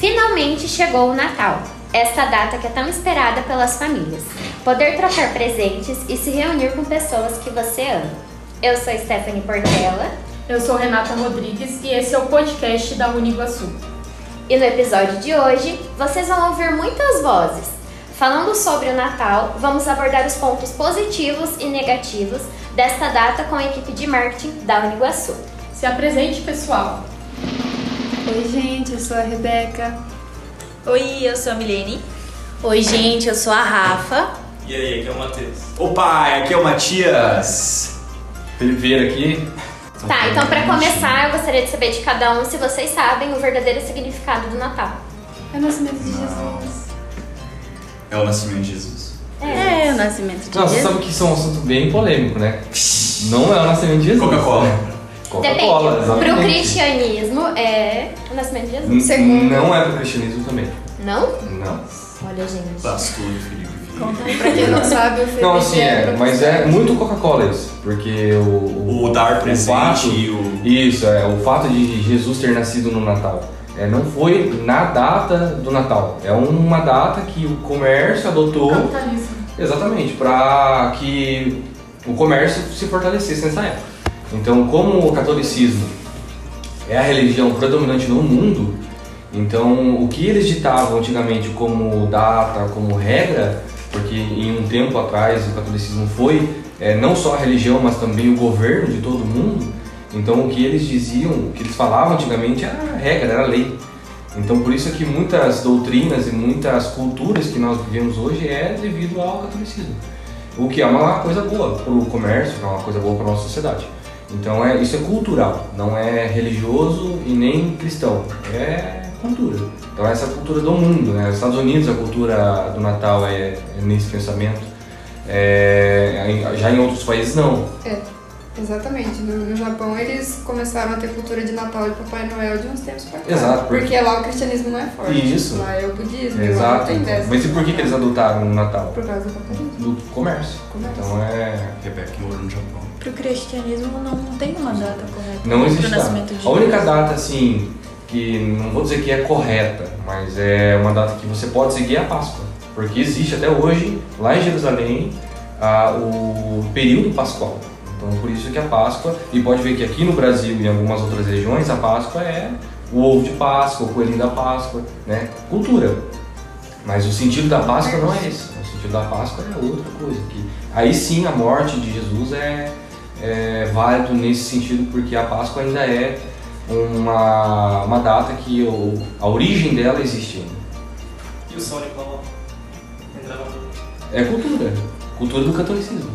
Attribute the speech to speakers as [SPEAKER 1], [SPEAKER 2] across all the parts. [SPEAKER 1] Finalmente chegou o Natal, esta data que é tão esperada pelas famílias. Poder trocar presentes e se reunir com pessoas que você ama. Eu sou Stephanie Portela
[SPEAKER 2] Eu sou Renata Rodrigues e esse é o podcast da Uniguaçu.
[SPEAKER 1] e no episódio de hoje vocês vão ouvir muitas vozes. Falando sobre o Natal, vamos abordar os pontos positivos e negativos desta data com a equipe de marketing da Uniguaçu.
[SPEAKER 2] Se apresente, pessoal.
[SPEAKER 3] Oi, gente, eu sou a Rebeca.
[SPEAKER 4] Oi, eu sou a Milene.
[SPEAKER 5] Oi, gente, eu sou a Rafa.
[SPEAKER 6] E aí, aqui é o Matheus.
[SPEAKER 7] Opa, aqui é o Matias Oliveira aqui.
[SPEAKER 1] Tá, então para começar, eu gostaria de saber de cada um se vocês sabem o verdadeiro significado do Natal.
[SPEAKER 3] É o nascimento de
[SPEAKER 7] Não.
[SPEAKER 3] Jesus.
[SPEAKER 7] É o nascimento de Jesus.
[SPEAKER 5] É, o nascimento de
[SPEAKER 8] Não, você
[SPEAKER 5] Jesus.
[SPEAKER 8] sabe que isso é um assunto bem polêmico, né? Não é o nascimento de Jesus.
[SPEAKER 7] Coca-Cola.
[SPEAKER 8] Coca-Cola,
[SPEAKER 1] Depende. Pro
[SPEAKER 8] exatamente.
[SPEAKER 1] cristianismo é o nascimento de Jesus.
[SPEAKER 7] Hum,
[SPEAKER 8] N- Não é pro cristianismo também.
[SPEAKER 1] Não?
[SPEAKER 8] Não.
[SPEAKER 1] Olha, gente.
[SPEAKER 7] Pastor Felipe Vieira.
[SPEAKER 3] Pra quem não sabe, o
[SPEAKER 8] Não,
[SPEAKER 3] fevereiro
[SPEAKER 8] assim, é,
[SPEAKER 3] pra
[SPEAKER 8] mas é
[SPEAKER 3] cristãos.
[SPEAKER 8] muito Coca-Cola isso. Porque o.
[SPEAKER 7] O dar presente
[SPEAKER 8] fato-
[SPEAKER 7] e o.
[SPEAKER 8] Isso, é. O fato de Jesus ter nascido no Natal. É, não foi na data do Natal. É uma data que o comércio adotou
[SPEAKER 2] Capitalismo.
[SPEAKER 8] Exatamente, para que o comércio se fortalecesse nessa época. Então, como o catolicismo é a religião predominante no mundo, então o que eles ditavam antigamente como data, como regra, porque em um tempo atrás o catolicismo foi eh, não só a religião, mas também o governo de todo mundo, então o que eles diziam, o que eles falavam antigamente era a regra, era a lei. Então por isso é que muitas doutrinas e muitas culturas que nós vivemos hoje é devido ao catolicismo. O que é uma coisa boa para o comércio, é uma coisa boa para a nossa sociedade. Então é, isso é cultural, não é religioso e nem cristão, é cultura. Então essa é a cultura do mundo, né? Os Estados Unidos a cultura do Natal é, é nesse pensamento. É, já em outros países não.
[SPEAKER 3] Exatamente. No, no Japão, eles começaram a ter cultura de Natal e Papai Noel de uns tempos pra cá.
[SPEAKER 8] Exato, porque-
[SPEAKER 3] Porque lá o cristianismo não é forte.
[SPEAKER 8] Isso.
[SPEAKER 3] Lá é o budismo. Lá não
[SPEAKER 8] Exato.
[SPEAKER 3] tem dessa.
[SPEAKER 8] Mas e por que, que eles adotaram o Natal?
[SPEAKER 3] Por causa do capitalismo.
[SPEAKER 8] Do comércio.
[SPEAKER 3] Comércio.
[SPEAKER 8] Então é
[SPEAKER 7] Rebeca morou no Japão.
[SPEAKER 4] Pro cristianismo não tem uma data correta.
[SPEAKER 8] Não existe
[SPEAKER 4] Pro
[SPEAKER 8] data.
[SPEAKER 4] nascimento de
[SPEAKER 8] A única data, assim, que não vou dizer que é correta, mas é uma data que você pode seguir é a Páscoa. Porque existe até hoje, lá em Jerusalém, a- o período pascual. Então, por isso que a Páscoa, e pode ver que aqui no Brasil e em algumas outras regiões, a Páscoa é o ovo de Páscoa, o coelhinho da Páscoa, né? Cultura. Mas o sentido da Páscoa não é esse. O sentido da Páscoa é outra coisa. Que aí sim a morte de Jesus é, é válido nesse sentido, porque a Páscoa ainda é uma, uma data que o- a origem dela existe ainda.
[SPEAKER 6] E o São Nicolau? Entrava no-
[SPEAKER 8] É cultura. Cultura do catolicismo.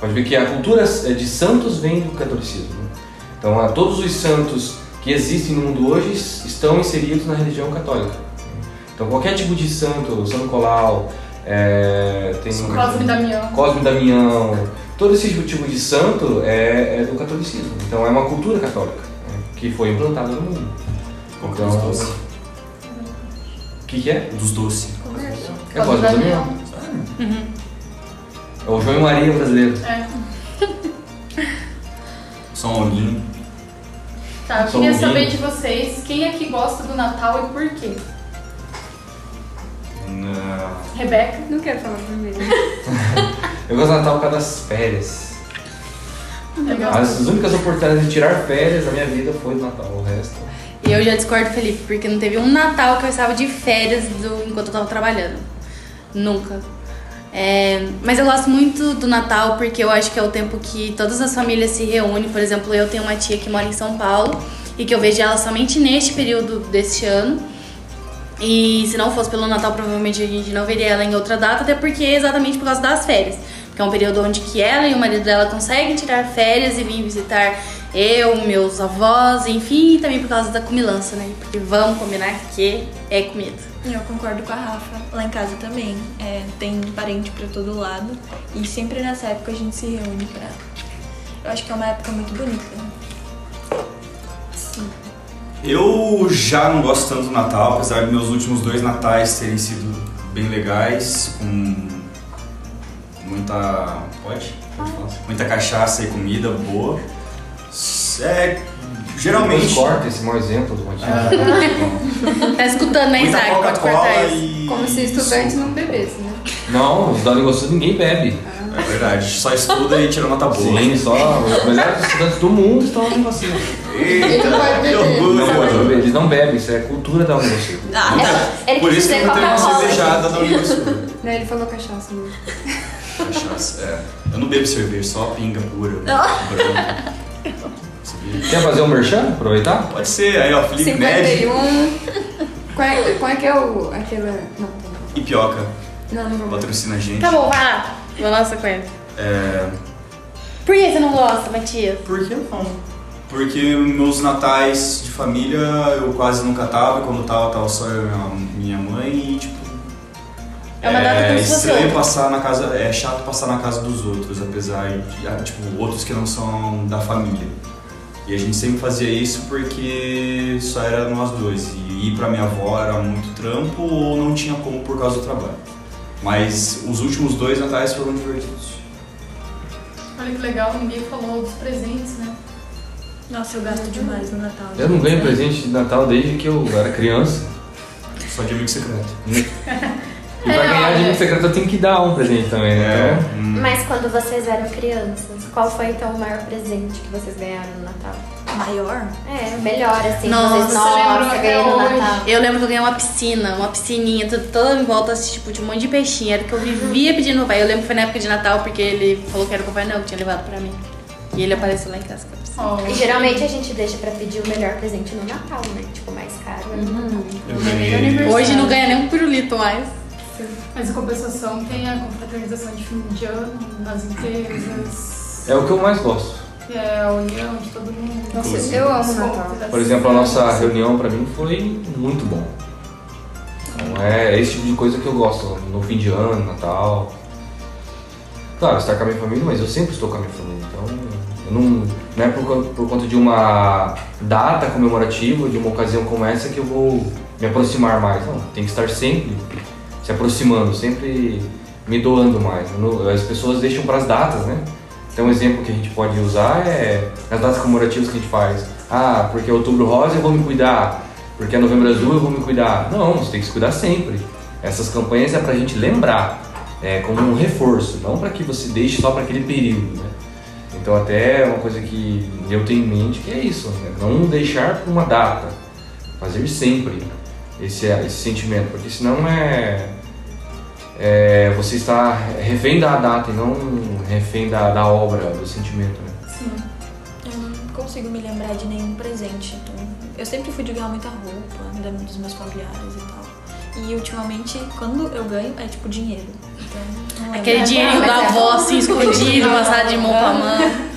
[SPEAKER 8] Pode ver que a cultura eh, de santos vem do catolicismo. né? Então, ah, todos os santos que existem no mundo hoje s- estão inseridos na religião católica. Então, qualquer tipo de santo, São Nicolau, eh, tem
[SPEAKER 7] São
[SPEAKER 2] Cosme e Damião.
[SPEAKER 8] Cosme e Damião, todo esse tipo de santo é, é do catolicismo. Então, é uma cultura católica né, que foi implantada no mundo.
[SPEAKER 7] Qual que é
[SPEAKER 8] Então,
[SPEAKER 7] dos doce?
[SPEAKER 8] o que, que é?
[SPEAKER 7] Dos doce.
[SPEAKER 3] né?
[SPEAKER 8] É Cosme e Damião. É o João e Maria brasileiro.
[SPEAKER 2] É.
[SPEAKER 7] São Olinho.
[SPEAKER 2] Tá, eu
[SPEAKER 8] Sou
[SPEAKER 2] queria
[SPEAKER 8] um
[SPEAKER 2] saber
[SPEAKER 8] vinho.
[SPEAKER 2] de vocês quem é que gosta do Natal e por quê.
[SPEAKER 7] na-
[SPEAKER 2] Rebeca,
[SPEAKER 3] Não quero falar né? primeiro.
[SPEAKER 8] Eu gosto do Natal por causa das férias.
[SPEAKER 3] Uhum.
[SPEAKER 2] legal.
[SPEAKER 8] As únicas oportunidades de tirar férias da minha vida foi do Natal, o resto.
[SPEAKER 5] E eu já discordo, Felipe, porque não teve um Natal que eu estava de férias do- enquanto eu tava trabalhando. Nunca. É, mas eu gosto muito do Natal porque eu acho que é o tempo que todas as famílias se reúnem. Por exemplo, eu tenho uma tia que mora em São Paulo e que eu vejo ela somente neste período deste ano. E se não fosse pelo Natal, provavelmente a gente não veria ela em outra data, até porque é exatamente por causa das férias. Porque é um período onde que ela e o marido dela conseguem tirar férias e vir visitar eu, meus avós, enfim, e também por causa da comilança, né? Porque vamos combinar que é comida.
[SPEAKER 4] Eu concordo com a Rafa. Lá em casa também é, tem parente pra todo lado. E sempre nessa época a gente se reúne pra. Eu acho que é uma época muito bonita.
[SPEAKER 7] Eu já não gosto tanto do Natal, apesar de meus últimos dois natais terem sido bem legais, com muita. Pode? Pode falar. Muita cachaça e comida boa. S- É, geralmente.
[SPEAKER 8] Depois corta esse mau exemplo do Monte Santo.
[SPEAKER 7] É,
[SPEAKER 5] Tá escutando, né,
[SPEAKER 7] muita
[SPEAKER 5] Isaac? Pode cortar
[SPEAKER 7] Coca-Cola
[SPEAKER 5] isso.
[SPEAKER 7] e.
[SPEAKER 3] Como se estudante não bebesse, né?
[SPEAKER 8] Não, os gostoso ninguém bebe.
[SPEAKER 7] É verdade, só estuda e tira nota boa.
[SPEAKER 8] Sim, só os melhores estudantes do mundo estão no vacilo.
[SPEAKER 7] Eita,
[SPEAKER 3] Ele não pode
[SPEAKER 7] que
[SPEAKER 3] beber.
[SPEAKER 7] orgulho.
[SPEAKER 8] Não pode beber, eles não bebem, isso é cultura da Unicef.
[SPEAKER 1] É, ele
[SPEAKER 7] tá. Por
[SPEAKER 1] quis
[SPEAKER 7] isso que
[SPEAKER 1] dizer
[SPEAKER 7] não tem uma
[SPEAKER 1] Coca-Cola.
[SPEAKER 7] cervejada da Unicef.
[SPEAKER 3] Daí Né, ele falou cachaça né? mesmo.
[SPEAKER 7] Cachaça, é. Eu não bebo cerveja, só pinga pura. branca. Sabia?
[SPEAKER 8] Quer fazer um merchan? Aproveitar?
[SPEAKER 7] Pode ser, aí ó, Felipe Ned
[SPEAKER 3] 51. Qual é, qual é que é o. aquela. Não, tá bom.
[SPEAKER 7] e Pioca.
[SPEAKER 3] não, não vou botar.
[SPEAKER 7] Patrocina a gente.
[SPEAKER 5] Tá bom, vai lá. Vou lá, sequência.
[SPEAKER 7] É,
[SPEAKER 5] Por que você não gosta, Matias?
[SPEAKER 7] Por que não? Porque meus natais de família eu quase nunca tava, quando tava, tava só eu e minha minha mãe e tipo.
[SPEAKER 5] É uma data como se fosse
[SPEAKER 7] estranho
[SPEAKER 5] outra.
[SPEAKER 7] passar na casa. É chato passar na casa dos outros, apesar de. ah, Tipo, outros que não são da família. E a gente sempre fazia isso porque só era nós dois. E ir pra minha avó era muito trampo ou não tinha como por causa do trabalho. Mas os últimos dois natais foram divertidos.
[SPEAKER 2] Olha que legal, ninguém falou dos presentes, né?
[SPEAKER 4] Nossa, eu gasto demais no Natal.
[SPEAKER 8] Eu não ganho presente de Natal desde que eu era criança.
[SPEAKER 7] Só de amigo secreto.
[SPEAKER 8] E pra ganhar de amigo secreto eu tenho que dar um presente também, né?
[SPEAKER 1] É.
[SPEAKER 8] Então,
[SPEAKER 7] Hum.
[SPEAKER 1] Mas quando vocês eram crianças, qual foi então o maior presente que vocês ganharam no Natal?
[SPEAKER 4] Maior?
[SPEAKER 1] É, melhor assim,
[SPEAKER 5] Nossa,
[SPEAKER 1] vocês, nossa,
[SPEAKER 2] lembrou
[SPEAKER 1] ganhei no
[SPEAKER 2] até hoje.
[SPEAKER 1] Natal.
[SPEAKER 5] Eu lembro que eu ganhei uma piscina, uma piscininha, tudo, toda em volta, assim, tipo, de um monte de peixinho. Era o que eu vivia pedindo pro papai. Eu lembro que foi na época de Natal, porque ele falou que era o Papai Noel que tinha levado pra mim. E ele apareceu lá em casa com a piscina.
[SPEAKER 2] Ó,
[SPEAKER 1] E geralmente a gente deixa pra pedir o melhor presente no Natal, né? Tipo, mais caro. né?
[SPEAKER 7] Eu ganhei.
[SPEAKER 5] Hoje não ganha nem um pirulito mais.
[SPEAKER 2] mas em compensação tem a confraternização de fim de ano nas empresas,
[SPEAKER 8] é o que eu mais gosto.
[SPEAKER 2] que é a união de todo mundo.
[SPEAKER 3] Nossa, eu amo Natal.
[SPEAKER 2] Compras.
[SPEAKER 8] Por exemplo, a nossa reunião pra mim foi muito bom. Então é esse tipo de coisa que eu gosto no fim de ano, Natal. Claro, estar com a minha família, mas eu sempre estou com a minha família. Então eu não, não é por, co- por conta de uma data comemorativa, de uma ocasião como essa que eu vou me aproximar mais. Não, tem que estar sempre se aproximando, sempre me doando mais. No- As pessoas deixam para as datas, né? Então, um exemplo que a gente pode usar é nas datas comemorativas que a gente faz. Ah, porque é outubro rosa eu vou me cuidar, porque é novembro azul eu vou me cuidar. Não, você tem que se cuidar sempre. Essas campanhas é pra gente lembrar, é, como um reforço, não para que você deixe só para aquele período, né? Então, até uma coisa que eu tenho em mente que é isso, né? não deixar pra uma data, fazer sempre esse, esse sentimento, porque senão é, é, você está refém da data e não refém da, da obra, do sentimento, né?
[SPEAKER 2] Sim.
[SPEAKER 4] Eu não consigo me lembrar de nenhum presente. Então, eu sempre fui de ganhar muita roupa da- dos meus familiares e tal. E ultimamente, quando eu ganho, é tipo dinheiro. Então, não lembro.
[SPEAKER 5] Aquele dinheirinho da avó, assim, escondido, passado de mão pra mão.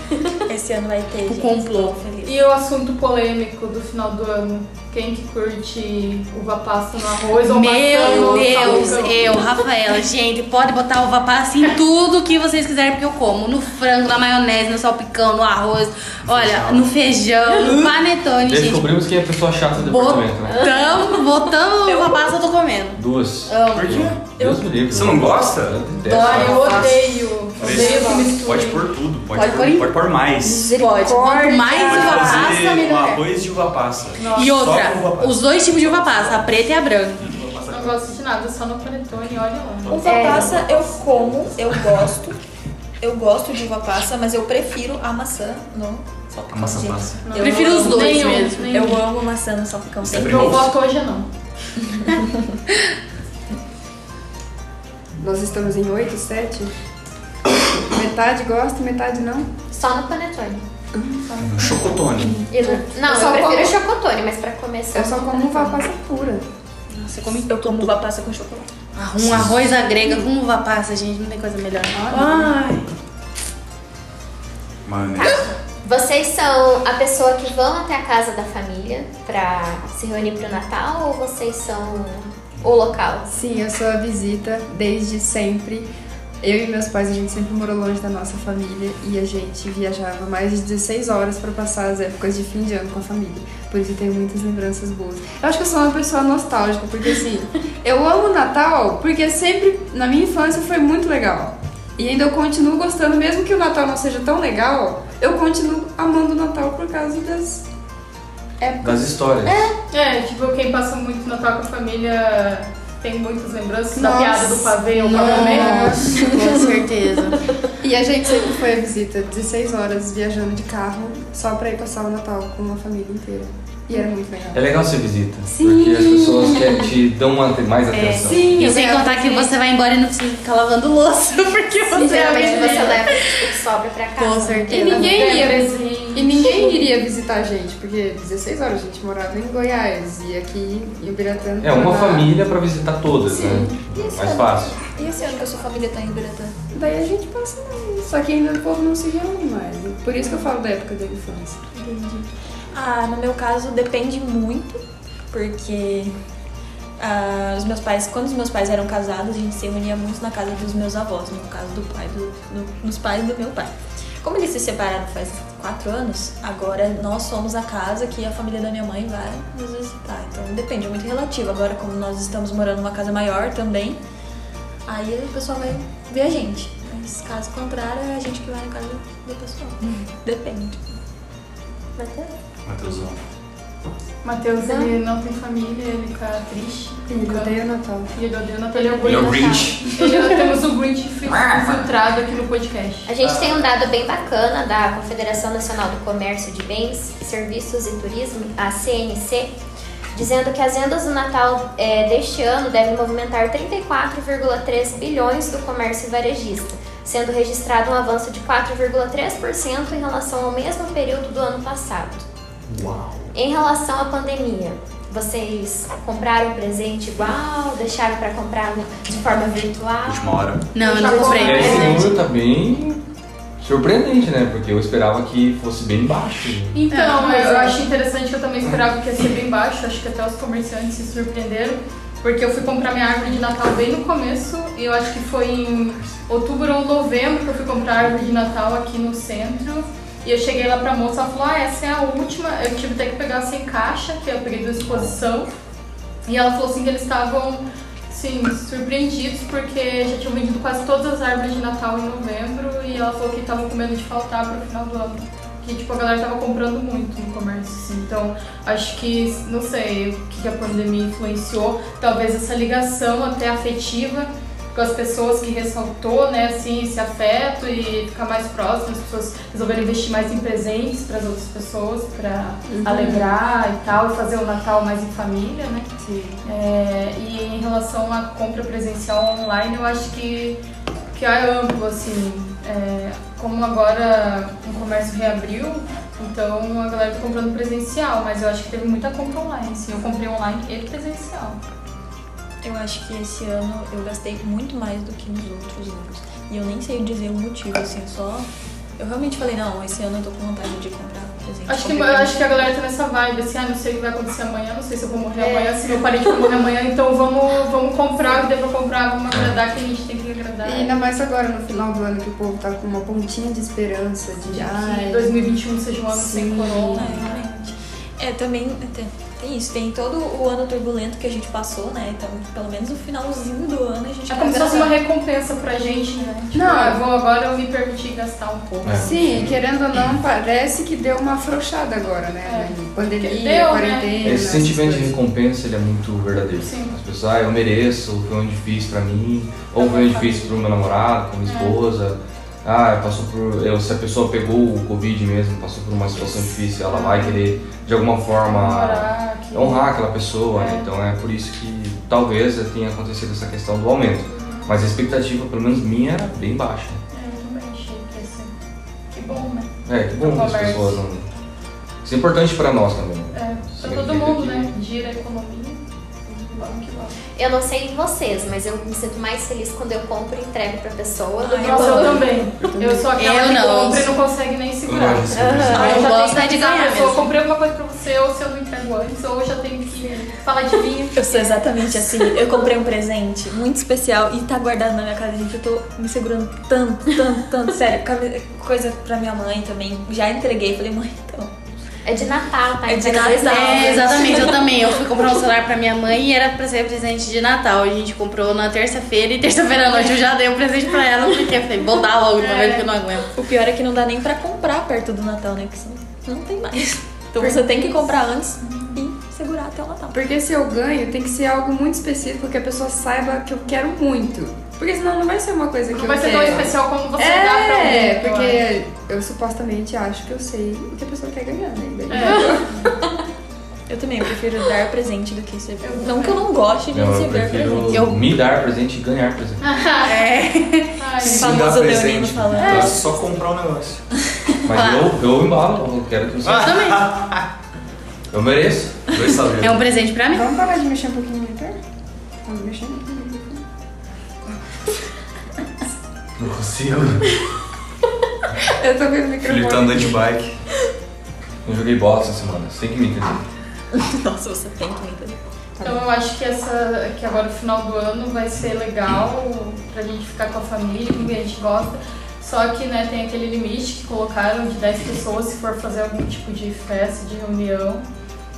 [SPEAKER 4] Esse ano vai ter.
[SPEAKER 5] Tipo,
[SPEAKER 4] gente,
[SPEAKER 5] complô.
[SPEAKER 4] tô feliz.
[SPEAKER 2] E o assunto polêmico do final do ano? Quem que curte uva passa no arroz ou maçã
[SPEAKER 5] Meu
[SPEAKER 2] no
[SPEAKER 5] Deus,
[SPEAKER 2] salpicão?
[SPEAKER 5] eu, Rafaela, gente, pode botar uva passa em tudo que vocês quiserem, porque eu como. No frango, na maionese, no salpicão, no arroz, olha, no feijão, no panetone, gente.
[SPEAKER 8] Descobrimos quem é a pessoa chata do departamento, né?
[SPEAKER 5] Botamos, botamos uva passa, eu tô comendo.
[SPEAKER 8] Duas.
[SPEAKER 5] Amo.
[SPEAKER 7] Por quê?
[SPEAKER 8] Deus me livre.
[SPEAKER 7] Você não gosta?
[SPEAKER 2] Ai, eu
[SPEAKER 8] Dói.
[SPEAKER 2] odeio. Odeio que mistura.
[SPEAKER 7] Pode pôr tudo, pode,
[SPEAKER 5] Pode
[SPEAKER 7] pôr,
[SPEAKER 5] pôr em-
[SPEAKER 7] pode pôr mais.
[SPEAKER 5] Pode, quanto mais
[SPEAKER 7] Pode
[SPEAKER 5] uva passa,
[SPEAKER 7] fazer um
[SPEAKER 5] melhor.
[SPEAKER 7] arroz de uva passa.
[SPEAKER 5] E
[SPEAKER 7] Só
[SPEAKER 5] outra,
[SPEAKER 7] com uva passa.
[SPEAKER 5] os dois tipos de uva passa, a preta e a branca.
[SPEAKER 7] Uva passa.
[SPEAKER 2] Não gosto de nada, só no panetone, olha lá.
[SPEAKER 4] Uva passa eu como, eu gosto. Eu gosto de uva passa, mas eu prefiro a maçã no salpicão.
[SPEAKER 7] A maçã
[SPEAKER 4] gente.
[SPEAKER 7] passa.
[SPEAKER 4] Eu
[SPEAKER 5] Prefiro
[SPEAKER 4] amo-
[SPEAKER 5] os dois
[SPEAKER 2] Nenhum,
[SPEAKER 5] mesmo.
[SPEAKER 2] nenhum.
[SPEAKER 4] Eu amo maçã no salpicão.
[SPEAKER 7] Isso é
[SPEAKER 4] sempre.
[SPEAKER 2] Eu
[SPEAKER 7] Nossa.
[SPEAKER 2] voto hoje não.
[SPEAKER 3] Nós estamos em 8, 7. Metade gosta, metade não.
[SPEAKER 1] Só no panetone.
[SPEAKER 7] Um Chocotone.
[SPEAKER 1] E no- Não,
[SPEAKER 3] Eu
[SPEAKER 1] eu,
[SPEAKER 3] só
[SPEAKER 1] prefiro chocotone, mas pra começar.
[SPEAKER 3] Eu É só como uva passa pura.
[SPEAKER 4] Nossa, eu como- eu como uva passa com chocolate.
[SPEAKER 5] Um arroz à grega com uva passa, gente, não tem coisa melhor.
[SPEAKER 7] Maionese.
[SPEAKER 1] Vocês são a pessoa que vão até a casa da família pra se reunir pro Natal ou vocês são o local?
[SPEAKER 3] Sim, eu sou a visita desde sempre. Eu e meus pais, a gente sempre morou longe da nossa família e a gente viajava mais de 16 horas pra passar as épocas de fim de ano com a família. Por isso eu tenho muitas lembranças boas. Eu acho que eu sou uma pessoa nostálgica, porque assim, eu amo o Natal porque sempre, na minha infância, foi muito legal. E ainda eu continuo gostando, mesmo que o Natal não seja tão legal, eu continuo amando o Natal por causa das
[SPEAKER 8] Das histórias.
[SPEAKER 2] É, tipo, quem passa muito Natal com a família tem muitas lembranças da
[SPEAKER 3] Nossa.
[SPEAKER 2] piada do pavê ou pavê
[SPEAKER 5] Nossa, com certeza.
[SPEAKER 3] E a gente sempre foi à visita, 16 horas viajando de carro, só pra ir passar o Natal com a família inteira. E era muito legal.
[SPEAKER 8] É legal ser visita.
[SPEAKER 5] Sim.
[SPEAKER 8] Porque as pessoas que te dão uma- mais atenção.
[SPEAKER 5] Sim, e sem
[SPEAKER 3] eu
[SPEAKER 5] contar que você vai embora e não precisa ficar lavando louça, porque
[SPEAKER 1] E
[SPEAKER 5] você
[SPEAKER 1] geralmente você leva o que sobra pra casa.
[SPEAKER 5] Com
[SPEAKER 3] E
[SPEAKER 5] certeza.
[SPEAKER 3] ninguém ia,
[SPEAKER 2] presente.
[SPEAKER 3] e ninguém iria visitar a gente, porque 16 horas a gente morava em Goiás e aqui em Ubiratã.
[SPEAKER 8] É uma
[SPEAKER 3] tava-
[SPEAKER 8] família pra visitar todas, né? Mais fácil.
[SPEAKER 4] E esse ano que a sua família tá em Biratã?
[SPEAKER 3] Daí a gente passa mais. Só que ainda o povo não se reúne mais. Por isso que eu falo da época da infância.
[SPEAKER 4] Entendi. Ah, no meu caso depende muito, porque ah, os meus pais, quando os meus pais eram casados, a gente se reunia muito na casa dos meus avós, no caso do pai, do- do- dos pais do meu pai. Como eles se separaram faz quatro anos, agora nós somos a casa que a família da minha mãe vai nos visitar. Então depende, é muito relativo. Agora como nós estamos morando numa casa maior também, aí o pessoal vai ver a gente. Mas caso contrário, é a gente que vai na casa do pessoal. Depende.
[SPEAKER 7] Matheusão.
[SPEAKER 2] Matheus, ele não tem família, ele fica triste.
[SPEAKER 3] E
[SPEAKER 5] tá
[SPEAKER 2] fica-
[SPEAKER 3] odeia o Natal.
[SPEAKER 2] E ele odeia o Natal. Ele é o
[SPEAKER 7] Ele é o
[SPEAKER 2] Grinch.
[SPEAKER 7] Grinch.
[SPEAKER 2] Ele- Temos o Grinch fil- filtrado aqui no podcast.
[SPEAKER 1] A gente tem um dado bem bacana da Confederação Nacional do Comércio de Bens, Serviços e Turismo, a CNC, dizendo que as vendas do Natal eh, deste ano devem movimentar 34,3 bilhões do comércio varejista, sendo registrado um avanço de 4,3% em relação ao mesmo período do ano passado.
[SPEAKER 7] Uau.
[SPEAKER 1] Em relação à pandemia, vocês compraram um presente igual? Deixaram para comprar de forma virtual?
[SPEAKER 7] Última hora.
[SPEAKER 5] Não, eu
[SPEAKER 2] Já
[SPEAKER 5] não comprei
[SPEAKER 8] E aí,
[SPEAKER 7] É
[SPEAKER 8] esse
[SPEAKER 5] presente.
[SPEAKER 8] número tá bem surpreendente, né? Porque eu esperava que fosse bem baixo. né?
[SPEAKER 2] Então,
[SPEAKER 5] É, mas
[SPEAKER 2] eu
[SPEAKER 5] é.
[SPEAKER 2] acho interessante que eu também esperava que ia ser bem baixo, acho que até os comerciantes se surpreenderam, porque eu fui comprar minha árvore de Natal bem no começo, e eu acho que foi em outubro ou novembro que eu fui comprar a árvore de Natal aqui no centro. E eu cheguei lá pra moça, ela falou, ah, essa é a última, eu tive até que pegar sem caixa, que eu peguei da exposição. E ela falou assim que eles estavam assim, surpreendidos porque já tinham vendido quase todas as árvores de Natal em novembro e ela falou que estavam com medo de faltar pro final do ano. Que tipo, a galera tava comprando muito no comércio, assim. Então, acho que, não sei, o que que a pandemia influenciou, talvez essa ligação até afetiva com as pessoas que ressaltou, né, assim, esse afeto e ficar mais próximo, as pessoas resolveram investir mais em presentes para as outras pessoas, para alegrar e tal, e fazer o Natal mais em família, né?
[SPEAKER 3] Sim.
[SPEAKER 2] É, e em relação à compra presencial online, eu acho que, que é amplo, assim. É, como agora o comércio reabriu, então a galera tá comprando presencial, mas eu acho que teve muita compra online, assim. Eu comprei online e presencial.
[SPEAKER 4] Eu acho que esse ano eu gastei muito mais do que nos outros anos. E eu nem sei dizer o motivo, assim, eu só. Eu realmente falei, não, esse ano eu tô com vontade de comprar presente.
[SPEAKER 2] Acho que,
[SPEAKER 4] Comprei
[SPEAKER 2] acho que a galera tá nessa vibe, assim, ah, não sei o que vai acontecer amanhã, não sei se eu vou morrer
[SPEAKER 3] É.
[SPEAKER 2] amanhã, se meu parente vai morrer amanhã, então vamos, vamos comprar, o que der pra comprar, vamos agradar, que a gente tem que agradar.
[SPEAKER 3] E ainda mais agora, no final do ano, que o povo tá com uma pontinha de esperança de.
[SPEAKER 2] Que
[SPEAKER 3] Ai,
[SPEAKER 2] 2021 seja um ano sem
[SPEAKER 3] Sim.
[SPEAKER 2] corona.
[SPEAKER 4] É, realmente. É, também tem, tem isso, tem todo o ano turbulento que a gente passou, né? Então, pelo menos no finalzinho do ano a gente
[SPEAKER 2] É
[SPEAKER 4] tá
[SPEAKER 2] como se fosse uma
[SPEAKER 4] gastando.
[SPEAKER 2] recompensa pra gente, né? Tipo,
[SPEAKER 3] Não. é.
[SPEAKER 2] ah, eu vou agora eu me permitir gastar um pouco.
[SPEAKER 8] É.
[SPEAKER 3] Sim, querendo ou não, parece que deu uma afrouxada agora, né? Pandemia,
[SPEAKER 2] Deu, né?
[SPEAKER 3] quarentena.
[SPEAKER 8] Esse
[SPEAKER 3] essas
[SPEAKER 8] sentimento de
[SPEAKER 3] coisas.
[SPEAKER 8] recompensa ele é muito verdadeiro.
[SPEAKER 2] Sim.
[SPEAKER 8] As pessoas, ah, eu mereço, foi um difícil pra mim, ou foi um difícil pro meu namorado, pra
[SPEAKER 2] É.
[SPEAKER 8] minha esposa. Ah, passou por. eu- se a pessoa pegou o Covid mesmo, passou por uma situação difícil, ela vai querer de alguma forma
[SPEAKER 2] Comemorar, que-
[SPEAKER 8] honrar aquela pessoa.
[SPEAKER 2] É.
[SPEAKER 8] Então é por isso que talvez tenha acontecido essa questão do aumento. Mas a expectativa, pelo menos minha, era bem baixa.
[SPEAKER 2] É, eu também achei que ia ser- Que bom, né?
[SPEAKER 8] É, que bom que as
[SPEAKER 2] Comércio.
[SPEAKER 8] pessoas não. Isso é importante pra nós também. né?
[SPEAKER 2] É, pra todo
[SPEAKER 8] Significa
[SPEAKER 2] mundo,
[SPEAKER 8] que-
[SPEAKER 2] né? Gira a economia. Bom que bom.
[SPEAKER 1] Eu não sei em vocês, mas eu me sinto mais feliz quando eu compro e entrego pra pessoa do
[SPEAKER 4] Ai,
[SPEAKER 1] que
[SPEAKER 2] Nossa, Ah, eu
[SPEAKER 1] quando-
[SPEAKER 2] também. Eu sou aquela
[SPEAKER 5] Eu
[SPEAKER 2] que
[SPEAKER 5] não.
[SPEAKER 2] compra e não consegue nem
[SPEAKER 7] Eu
[SPEAKER 2] segurar.
[SPEAKER 7] gosto desse presente.
[SPEAKER 2] Ah,
[SPEAKER 5] Eu
[SPEAKER 2] já
[SPEAKER 5] gosto
[SPEAKER 2] tenho
[SPEAKER 5] é de
[SPEAKER 2] que avisar a
[SPEAKER 5] ganhar
[SPEAKER 2] pessoa,
[SPEAKER 5] mesmo.
[SPEAKER 2] comprei alguma coisa pra você, ou se eu não entrego antes, ou eu já tenho que falar de mim.
[SPEAKER 4] Eu sou exatamente assim. Eu comprei um presente muito especial e tá guardado na minha casa, gente. Eu tô me segurando tanto, tanto, tanto. Sério, cabe- coisa pra minha mãe também. Já entreguei. Falei, mãe, então.
[SPEAKER 1] É de Natal, tá?
[SPEAKER 4] É de
[SPEAKER 1] Então, eles
[SPEAKER 4] Natal.
[SPEAKER 1] não-
[SPEAKER 5] É, exatamente, eu também. Eu fui comprar um celular pra minha mãe e era pra ser presente de Natal. A gente comprou na terça-feira e terça-feira à noite eu já dei um presente pra ela, porque eu falei, vou dar logo, pelo menos que eu não aguento.
[SPEAKER 4] O pior é que não dá nem pra comprar perto do Natal, né? Porque senão não tem mais. Então você tem que comprar antes e segurar até o Natal.
[SPEAKER 3] Porque se eu ganho, tem que ser algo muito específico que a pessoa saiba que eu quero muito. Porque senão não vai ser uma coisa que
[SPEAKER 2] Não
[SPEAKER 3] eu
[SPEAKER 2] vai ser
[SPEAKER 3] quero.
[SPEAKER 5] é.
[SPEAKER 2] tão especial como você dá pra alguém.
[SPEAKER 3] É,
[SPEAKER 2] eu
[SPEAKER 3] porque eu supostamente acho que eu sei o que a pessoa quer ganhar, né?
[SPEAKER 2] É.
[SPEAKER 3] E daí-
[SPEAKER 4] Eu também prefiro dar presente do que receber.
[SPEAKER 2] Eu-
[SPEAKER 4] Não que eu não goste de
[SPEAKER 8] Não, eu
[SPEAKER 4] receber
[SPEAKER 8] prefiro
[SPEAKER 4] presente.
[SPEAKER 5] Eu-
[SPEAKER 8] me dar presente e ganhar presente.
[SPEAKER 2] acho. Ai,
[SPEAKER 4] Sim.
[SPEAKER 7] Se
[SPEAKER 4] famoso
[SPEAKER 7] dá
[SPEAKER 4] Leonino
[SPEAKER 7] presente,
[SPEAKER 4] falando.
[SPEAKER 7] dá só comprar um negócio.
[SPEAKER 8] Mas eu, eu embalo, eu quero que você.
[SPEAKER 5] Eu também.
[SPEAKER 8] Eu mereço.
[SPEAKER 7] Dois salários.
[SPEAKER 5] É um presente pra mim.
[SPEAKER 3] Vamos parar de mexer um pouquinho no monitor? Vamos mexer um pouquinho no monitor.
[SPEAKER 7] Não consigo.
[SPEAKER 3] Eu tô vendo o
[SPEAKER 7] Felipe tá
[SPEAKER 3] microfone.
[SPEAKER 7] andando de bike.
[SPEAKER 8] Eu joguei bola essa semana, você tem que me entender.
[SPEAKER 4] Nossa, você tem que me entender.
[SPEAKER 2] Então eu acho que essa que agora o final do ano vai ser legal pra gente ficar com a família, com quem a gente gosta. Só que né, tem aquele limite que colocaram de 10 pessoas se for fazer algum tipo de festa, de reunião.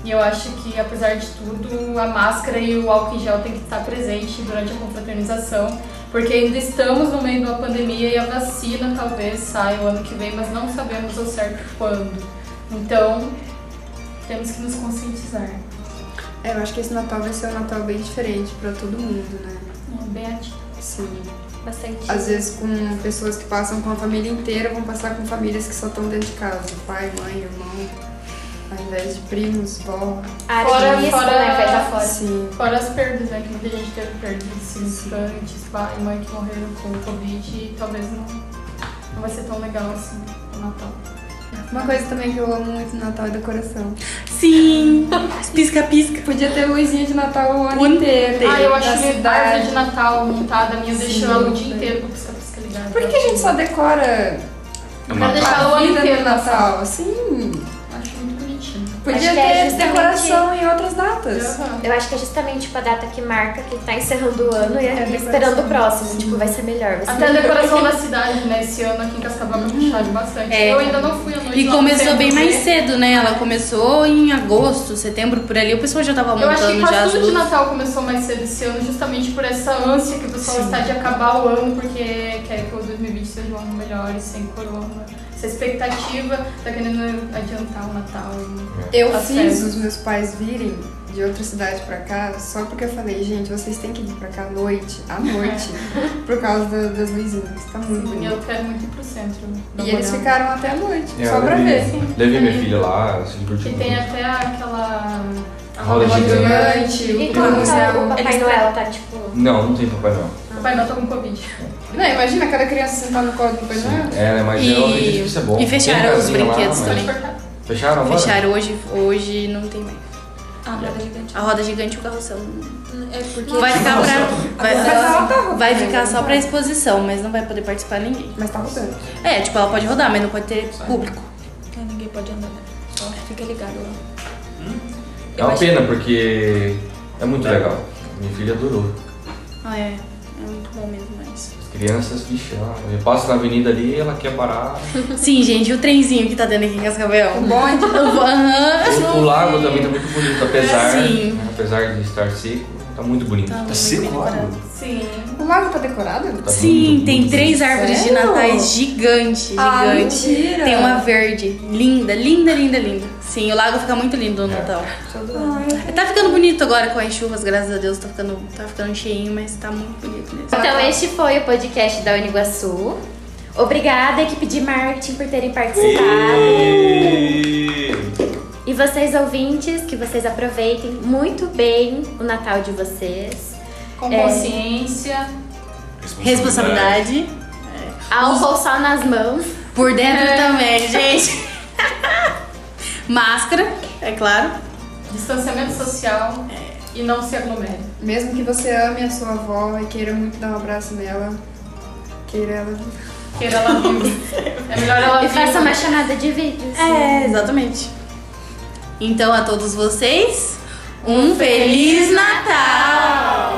[SPEAKER 2] E eu acho que apesar de tudo, a máscara e o álcool em gel tem que estar presente durante a confraternização, porque ainda estamos no meio de uma pandemia e a vacina talvez saia o ano que vem, mas não sabemos ao certo quando. Então, temos que nos conscientizar.
[SPEAKER 3] É, eu acho que esse Natal vai ser um Natal bem diferente pra todo mundo, né?
[SPEAKER 2] Não, Beate.
[SPEAKER 3] Sim.
[SPEAKER 2] É.
[SPEAKER 1] Bastante.
[SPEAKER 3] Às vezes com pessoas que passam com a família inteira, vão passar com famílias que só estão dentro de casa. Pai, mãe, irmão. Ao invés de primos, vó. Assim,
[SPEAKER 1] A área
[SPEAKER 2] Fora-
[SPEAKER 1] de risco,
[SPEAKER 2] fora-
[SPEAKER 1] né? Vai pra fora.
[SPEAKER 3] Sim.
[SPEAKER 2] Fora as perdas, né? Que muita gente teve perdas de significantes, pai e mãe que morreram com o Covid e talvez não, não vai ser tão legal assim o Natal.
[SPEAKER 3] Uma coisa também que eu amo muito no Natal é decoração.
[SPEAKER 5] Sim. Pisca-pisca.
[SPEAKER 3] Podia ter luzinha de Natal o ano
[SPEAKER 5] O
[SPEAKER 3] inteiro.
[SPEAKER 2] Ah, eu acho que a
[SPEAKER 3] da
[SPEAKER 2] árvore de
[SPEAKER 3] cidade.
[SPEAKER 2] Natal montada, a minha deixou ela o
[SPEAKER 3] Sim.
[SPEAKER 2] dia inteiro com pisca-pisca ligada.
[SPEAKER 3] Por que que a gente só decora
[SPEAKER 2] Pra deixar Ah, o
[SPEAKER 3] a
[SPEAKER 2] ano
[SPEAKER 3] vida
[SPEAKER 2] inteiro
[SPEAKER 3] no Natal? Sim.
[SPEAKER 2] Acho muito bonitinho.
[SPEAKER 3] Podia
[SPEAKER 1] Acho
[SPEAKER 3] ter
[SPEAKER 1] que é justamente-
[SPEAKER 3] decoração em outras datas.
[SPEAKER 2] Aham.
[SPEAKER 1] Eu acho que é justamente tipo a data que marca que tá encerrando o ano e
[SPEAKER 3] É,
[SPEAKER 1] tá
[SPEAKER 3] decoração.
[SPEAKER 1] esperando o próximo. Tipo, vai ser melhor. Vai ser
[SPEAKER 2] Até a
[SPEAKER 1] melhor.
[SPEAKER 2] decoração da cidade, né? Esse ano aqui em Cascavel me puxaram bastante.
[SPEAKER 5] É.
[SPEAKER 2] Eu ainda não fui à noite.
[SPEAKER 5] E
[SPEAKER 2] lá no
[SPEAKER 5] começou
[SPEAKER 2] centro
[SPEAKER 5] bem mais
[SPEAKER 2] ver.
[SPEAKER 5] cedo, né? Ela começou em agosto, setembro, por ali. O pessoal já tava
[SPEAKER 2] Eu acho que
[SPEAKER 5] montando já
[SPEAKER 2] quase
[SPEAKER 5] as
[SPEAKER 2] tudo de
[SPEAKER 5] luzes.
[SPEAKER 2] Natal começou mais cedo esse ano, justamente por essa ânsia que o pessoal está de acabar o ano, porque quer que o 2020 seja um ano melhor e sem corona. Essa expectativa tá querendo adiantar o Natal.
[SPEAKER 3] Eu
[SPEAKER 2] As
[SPEAKER 3] fiz
[SPEAKER 2] festas.
[SPEAKER 3] os meus pais virem de outra cidade pra cá só porque eu falei, gente, vocês têm que vir pra cá à noite, à noite, por causa da- das luzinhas. Tá muito
[SPEAKER 2] Sim,
[SPEAKER 3] bonito.
[SPEAKER 2] assim, eu quero muito ir pro centro. dar
[SPEAKER 3] E
[SPEAKER 2] uma
[SPEAKER 3] eles
[SPEAKER 2] olhada.
[SPEAKER 3] ficaram até a noite,
[SPEAKER 8] É,
[SPEAKER 3] só
[SPEAKER 8] eu
[SPEAKER 3] pra
[SPEAKER 8] levei-
[SPEAKER 3] ver.
[SPEAKER 8] Levei minha filha lá, ela se divertiu.
[SPEAKER 2] Que
[SPEAKER 8] muito.
[SPEAKER 2] tem até aquela.
[SPEAKER 8] A roda gigante.
[SPEAKER 1] E
[SPEAKER 2] gigante.
[SPEAKER 1] como tá o
[SPEAKER 3] Eles-
[SPEAKER 1] Papai Noel? Tá tipo.
[SPEAKER 8] Não, não tem papai não.
[SPEAKER 2] O pai não tá com Covid.
[SPEAKER 3] Não, imagina cada criança sentar no colo né? do Papai Noel.
[SPEAKER 8] Sim. É, mas eu acredito que isso é bom.
[SPEAKER 5] e fecharam
[SPEAKER 8] Tem
[SPEAKER 5] os
[SPEAKER 8] casinha lá,
[SPEAKER 5] brinquedos
[SPEAKER 8] mas-
[SPEAKER 5] também.
[SPEAKER 8] Fecharam agora?
[SPEAKER 5] Fecharam hoje, hoje não tem mais.
[SPEAKER 4] Ah, roda gigante.
[SPEAKER 5] A roda gigante e o carrossel.
[SPEAKER 4] É porque.
[SPEAKER 5] Vai ficar pra. Vai,
[SPEAKER 3] Mas ela tá rodando.
[SPEAKER 5] vai ficar só pra exposição, mas não vai poder participar ninguém.
[SPEAKER 3] Mas tá rodando.
[SPEAKER 5] É, tipo, ela pode rodar, mas não pode ter público.
[SPEAKER 4] Ah, ninguém pode andar, né? Só fica ligado lá.
[SPEAKER 8] É uma
[SPEAKER 4] Eu
[SPEAKER 8] pena, porque é muito legal. Minha filha adorou.
[SPEAKER 5] Ah, é. É muito bom mesmo, mas.
[SPEAKER 8] As crianças, vixe, ela- eu passo na avenida ali ela quer parar.
[SPEAKER 5] Sim, gente, o trenzinho que tá tendo aqui em Cascavel. O bonde. Aham.
[SPEAKER 8] O, o lago também tá muito bonito, apesar,
[SPEAKER 5] Sim.
[SPEAKER 8] né, apesar de estar seco, tá muito bonito.
[SPEAKER 5] Tá
[SPEAKER 8] Tá
[SPEAKER 5] muito
[SPEAKER 7] seco,
[SPEAKER 5] bem
[SPEAKER 7] ó.
[SPEAKER 5] decorado.
[SPEAKER 2] Sim.
[SPEAKER 3] O lago tá decorado?
[SPEAKER 8] muito
[SPEAKER 5] Sim,
[SPEAKER 8] bonito.
[SPEAKER 5] tem três árvores de natais gigantes,
[SPEAKER 3] Ah,
[SPEAKER 5] gigantes.
[SPEAKER 3] mentira.
[SPEAKER 5] Tem uma verde, linda, linda, linda, linda. Sim, o lago fica muito lindo no
[SPEAKER 8] É.
[SPEAKER 5] Natal.
[SPEAKER 3] Ai,
[SPEAKER 5] Tá ficando bonito agora com as chuvas, graças a Deus, tá ficando, tá ficando cheinho, mas tá muito bonito mesmo.
[SPEAKER 1] Então, este foi o podcast da Uniguaçu. Obrigada, equipe de marketing, por terem participado.
[SPEAKER 7] E...
[SPEAKER 1] E vocês, ouvintes, que vocês aproveitem muito bem o Natal de vocês.
[SPEAKER 2] Com
[SPEAKER 1] É.
[SPEAKER 2] consciência.
[SPEAKER 5] Responsabilidade.
[SPEAKER 1] Álcool só nas mãos.
[SPEAKER 5] Por dentro também, gente. Máscara, é claro.
[SPEAKER 2] Distanciamento social e não se aglomere.
[SPEAKER 3] Mesmo que você ame a sua avó e queira muito dar um abraço nela, queira ela.
[SPEAKER 2] Queira ela viva. É melhor ela
[SPEAKER 1] E
[SPEAKER 2] viva.
[SPEAKER 1] faça uma chamada de vídeo.
[SPEAKER 5] É, exatamente. Então, a todos vocês, um Feliz Natal!